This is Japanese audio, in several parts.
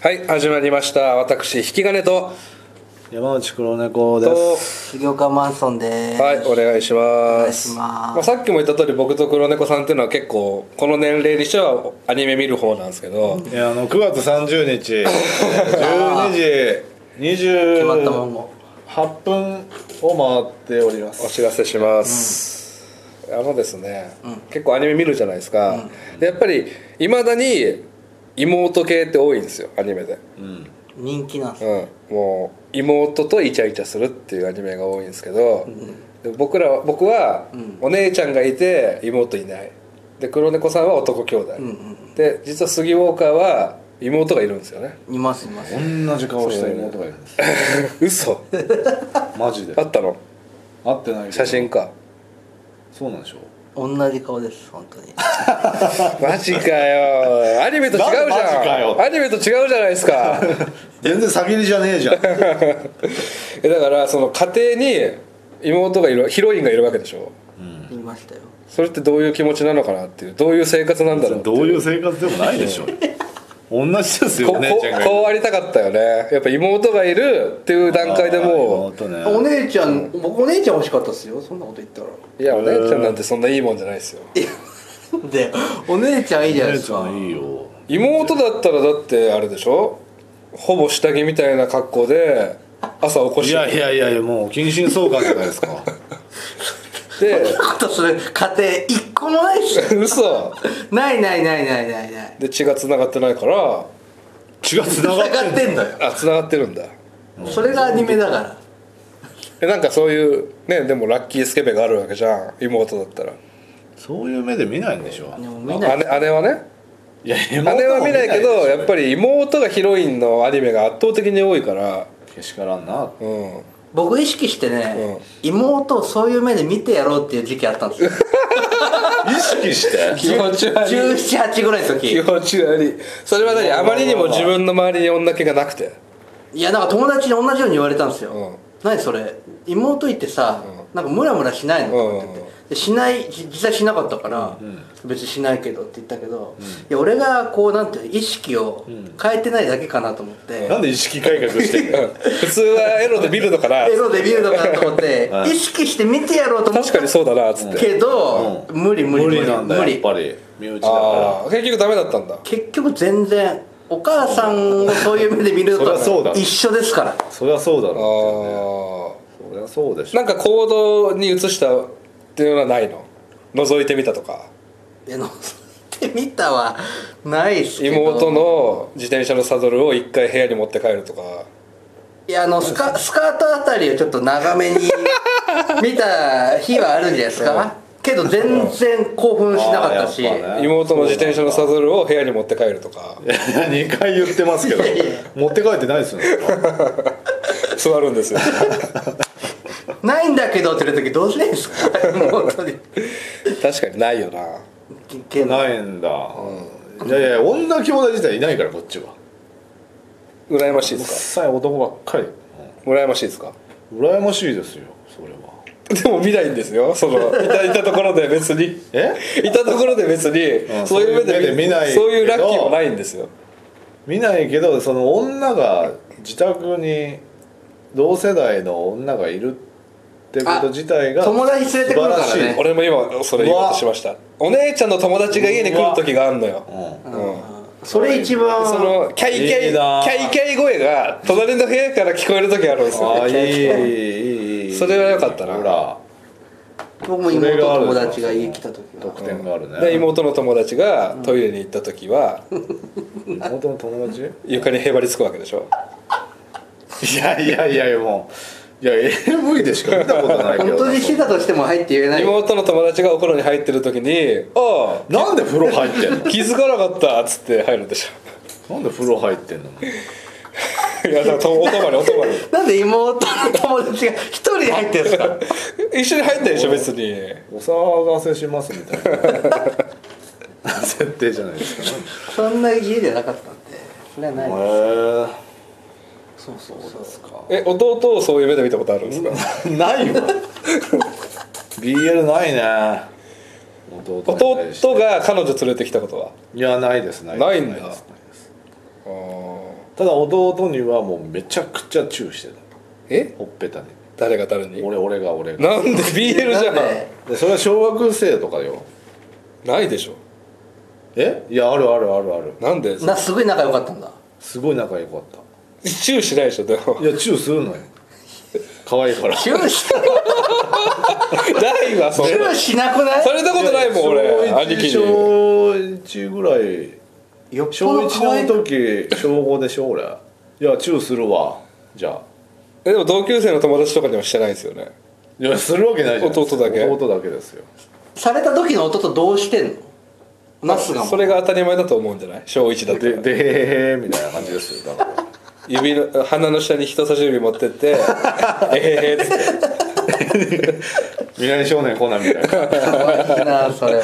はい始まりました私引き金と山内黒猫とす重岡マンソンです、はいお願いしますお願いしますあ、さっきも言った通り僕と黒猫さんっていうのは結構この年齢にしてはアニメ見る方なんですけど、いやあの9月30日12時決まったもんも28分を回っておりまおす知らせします、あのですね、結構アニメ見るじゃないですか、でやっぱりいまだに妹系って多いんですよアニメで、うん人気なんですよ、うん、もう妹とイチャイチャするっていうアニメが多いんですけど、で僕らは僕はうんお姉ちゃんがいて妹いないで黒猫さんは男兄弟、うんうんで実は杉ウォーカーは妹がいるんですよね いますいます同じ顔した妹がいるんです嘘マジであったの合ってないけど写真かそうなんでしょう同じ顔です本当にマジかよアニメと違うじなんでマジかゃんよアニメと違うじゃないですか全然先にじゃねえじゃんえだからその家庭に妹がいるヒロインがいるわけでしょいましたよそれってどういう気持ちなのかなっていうどういう生活なんだろうってどういう生活でもないでしょ同じですよこおこ姉ちゃんがこうありたかったよねやっぱ妹がいるっていう段階でもうおね姉ちゃん僕お姉ちゃん欲しかったっすよそんなこと言ったらういやお姉ちゃんなんてそんないいもんじゃないですよでお姉ちゃんいいじゃおない姉ですちかゃんいいよ妹だったらだってあれでしょほぼ下着みたいな格好で朝起こいしやいやいやいやもう謹慎相関じゃないですかてそんなことする家庭一個もないっす よ嘘ないないないないないないで血が繋がってないから血がつながって疑んっのてんだよあ繋がってるんだそれがアニメだからえなんかそういうねでもラッキースケベがあるわけじゃん妹だったらそういう目で見ないんでしょでもあ見ない姉姉はねいや姉姉は見ないけどやっぱり妹がヒロインのアニメが圧倒的に多いからけしからんなうん僕意識してね、妹をそういう目で見てやろうっていう時期あったんですよ意識して 気持ち悪い1718ぐらいの時気持ち悪いそれは何あまりにも自分の周りに女気がなくていやなんか友達に同じように言われたんですよ、うん何それ妹いてさ、なんかムラムラしないのうんとかって言って、でしないじ実際しなかったから、別にしないけどって言ったけど、いや俺がこうなんていうの意識を変えてないだけかなと思って、なんで意識改革してんの普通はエロで見るのかな エロで見るのかなと思って、はい意識して見てやろうと思っ確たかにそうだなっつって、けど、う無理無理無理なんだ無やっ理ぱり身内だあかあ結局ダメだったんだ結局全然お母さんをそういう目で見るのそりゃそうだと一緒ですかららそりゃそうだああろうってねそりゃそうでしょなんか行動に移したっていうのはないの覗いてみたとかいやのって見たはないっすけど妹の自転車のサドルを一回部屋に持って帰るとかいやあのスカスカートあたりをちょっと長めに見た日はあるんじゃないですかけど全然興奮しなかったし、あーやっぱね妹の自転車のサドルを部屋に持って帰るとか2回言ってますけどいやいや 持って帰ってないですよね座るんですよないんだけどって言う時どうせです か本当に 確かにないよなけどないんだいやいや女兄弟自体いないからこっちは羨ましい実です際男ばっかりか羨ましいですかうん羨ましいですよそれはでも見ないんですよそのいたいたところで別にえいたところで別うにんそういう目そでういう目で見ないそういうラッキけーどもないんですよ見ないけどその女が自宅に同世代の女がいるってこと自体があ友達連れてくるからね素晴しい俺も今それ言おうとしましたお姉ちゃんの友達が家に来る時があんのようんうんそれ一番そのキャイキャイいいキなャイキャイ声が隣の部屋から聞こえる時あるんですあよあいいいいいいそれは良かったなほら僕もそれ妹がある友達が家来た時は特典があるね、で妹の友達がトイレに行った時は妹の友達床にへばりつくわけでしょいやいやいやいやもういや AV でしか見たことないけど本当にしてたとしても入って言えない妹の友達がお風呂に入ってる時に「あなんで風呂入ってんのあ気づかなかった」っつって入るでしなんで風呂入ってんのょいやだからとお泊まりお泊まりなんで妹の友達が一人で入ってるんですか一緒に入ったでしょ別にお騒がせしますみたい な設定じゃないですか、ね、そんな家じゃなかったんでそれはないへえそうそうそうえ弟をそういう目で見たことあるんですか ないわ BL ないね弟に対して弟が彼女連れてきたことはいやないですないですないんだですですあーただ弟にはもうめちゃくちゃチューしてたえほっぺたに誰が誰に俺俺が俺がなんで BL じゃんなんででそれは小学生とかよないでしょえいやあるあるあるあるなんでなすごい仲良かった んだすごい仲良かっチューしないでしょでもたいやチューするのよ可愛いからチューしないわそチんュなーしなくないされたことないもん俺兄貴小に1ぐらいよっぽ小ど可1愛いの時小5でしょ俺いやチューするわじゃあえでも同級生の友達とかにはしてないですよねいやするわけないじゃないですか弟だけ弟だけですよされた時の音とどうしてんのナスがもうそれが当たり前だと思うんじゃない小1だでってでーみたいな感じですよだから指の鼻の下に人差し指持ってってええーっつって未来少年コナンみたいな可愛いなそれは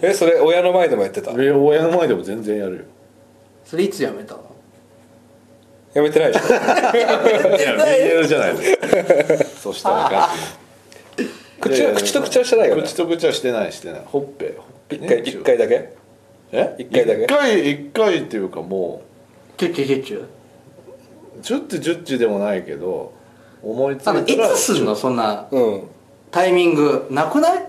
えそれ親の前でもやってたで親の前でも全然やるよそれいつやめたのやめてないでしょいや BL じゃな いですそしたらガ口チは口と口はしてないよね口と口はしてないしてないほっぺほっぺ一回一回だけえ一回だけ一回一回っていうかもチュッチュチュッチュうちょっとジュッチでもないけど思いついたあのらいつすんのそんなうんタイミングなくない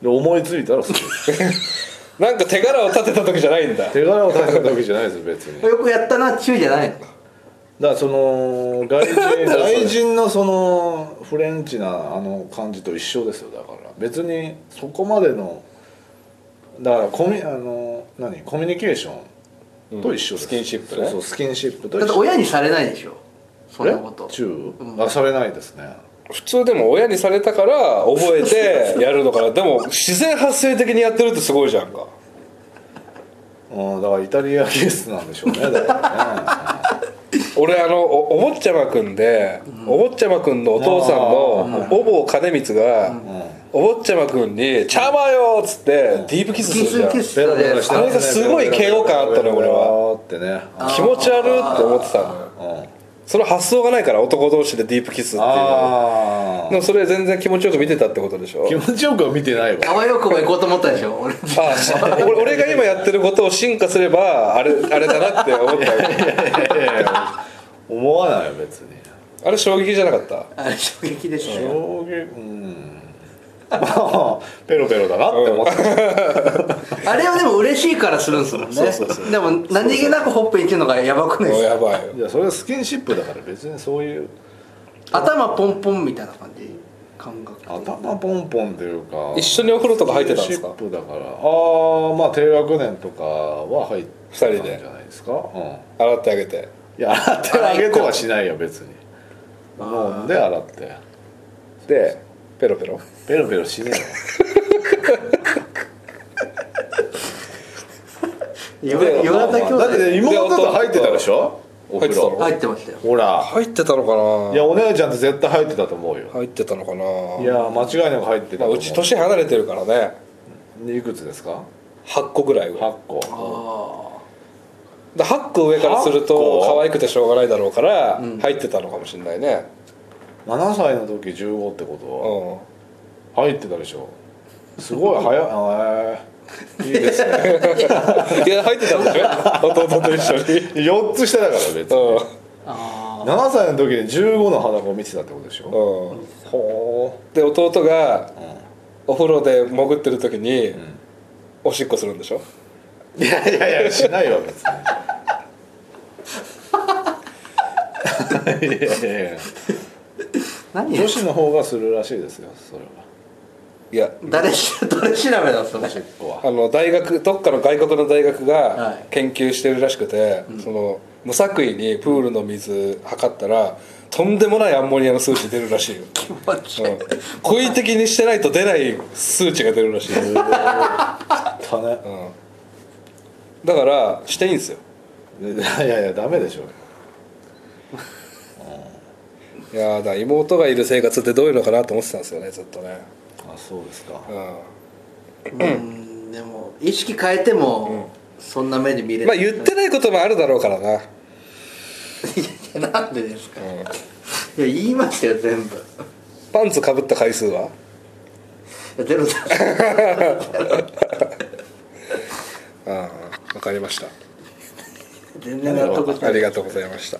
で思いついたらするなんか手柄を立てた時じゃないんだ手柄を出したわけじゃないです別にだかよくやったなチューじゃないのらその外人外人のそのフレンチなあの感じと一緒ですよだから別にそこまでのだからコミあの何コミュニケーションと一緒です、うんスキンシップねそうそうスキンシップとだ一って緒親にされないでしょそんなことえチュー、うんあされないですね普通でも親にされたから覚えてやるのかなでも自然発生的にやってるってすごいじゃんかうん、だからイタリアケースなんでしょうねだからね俺あのおお坊ちゃまくんで、お坊ちゃまくんのお父さんのお坊兼光が、お坊ちゃまくんに「チャーマーよ!」っつってディープキスするじゃんキスキ気スしたでしてまあれがすごい嫌悪感あったのよ俺はベロベロベロベロってねあ持ち悪って思ってたのようんその発想がないから男同士でディープキスっていうあ でもそれ全然気持ちよく見てたってことでしょあ気持ちよくは見てないわあわよくば行こうと思ったでしょ俺ああし俺俺が今やってることを進化すればあれあれだなって思ったよ思わないよ別にあれ衝撃じゃなかったあれ衝撃でしたよ衝撃うんまあペロペロだなって思ってたあれはでも嬉しいからするんですもんねそうそうそうでも何気なくほっぺにチューのがやばくないもうですかやばいよいやそれはスキンシップだから別にそういう頭ポンポンみたいな感じ感覚頭ポンポンっていうか一緒にお風呂とか入ってたんですかスキンシップだからああまあ低学年とかは入ってたん二じ人でゃないですかうん洗ってあげていや洗ってあげてはしないよ別に飲んで洗ってでペロペロペロペロしねえよ言わ言わなきょだって妹と入ってたでしょお風入ってたの呂入ってましたよほら入ってたのいやかお姉ちゃんって絶対入ってたと思うよな入ってたのかないや間違いなく入ってまあ、たと思ううち年離れてるからねいくつですか8個ぐらいは8個あで8個上からする八と個可愛くてしょうがないだろうから入ってたのかもしれないね7歳の時15ってこうんとは入ってたでしょすごい早いあーいい ですねいや入ってたんだよ弟と一緒に4つ下だから別にうーあ7歳の時に15の裸を見てたってことでしんょうんほで弟がーうんお風呂で潜ってる時にんおしっこするんでしょいやいやいやしないよ別にいやいやいやー何女子の方がするらしいですよそれはいや誰し 誰調べなんですかおしっねこはあの大学どっかの外国の大学はがい研究してるらしくて、その無作為にプールの水測ったらとんでもないアンモニアの数値出るらしいよ、気持ちうん、故意的にしてないと出ない数値が出るらし いよ、うん、だたねからしていいんですよいやいやいやダメでしょいやーだから妹がいる生活ってどういうのかなと思ってたんですよねずっとね、あそうですかうん、うんでも意識変えてもそんな目で見れまあない 言ってないこともあるだろうからな、いやなんでですかいうんや言いましたよ全部いパンツかぶった回数はやゼロだああ分かりました全然納得してありがとうございました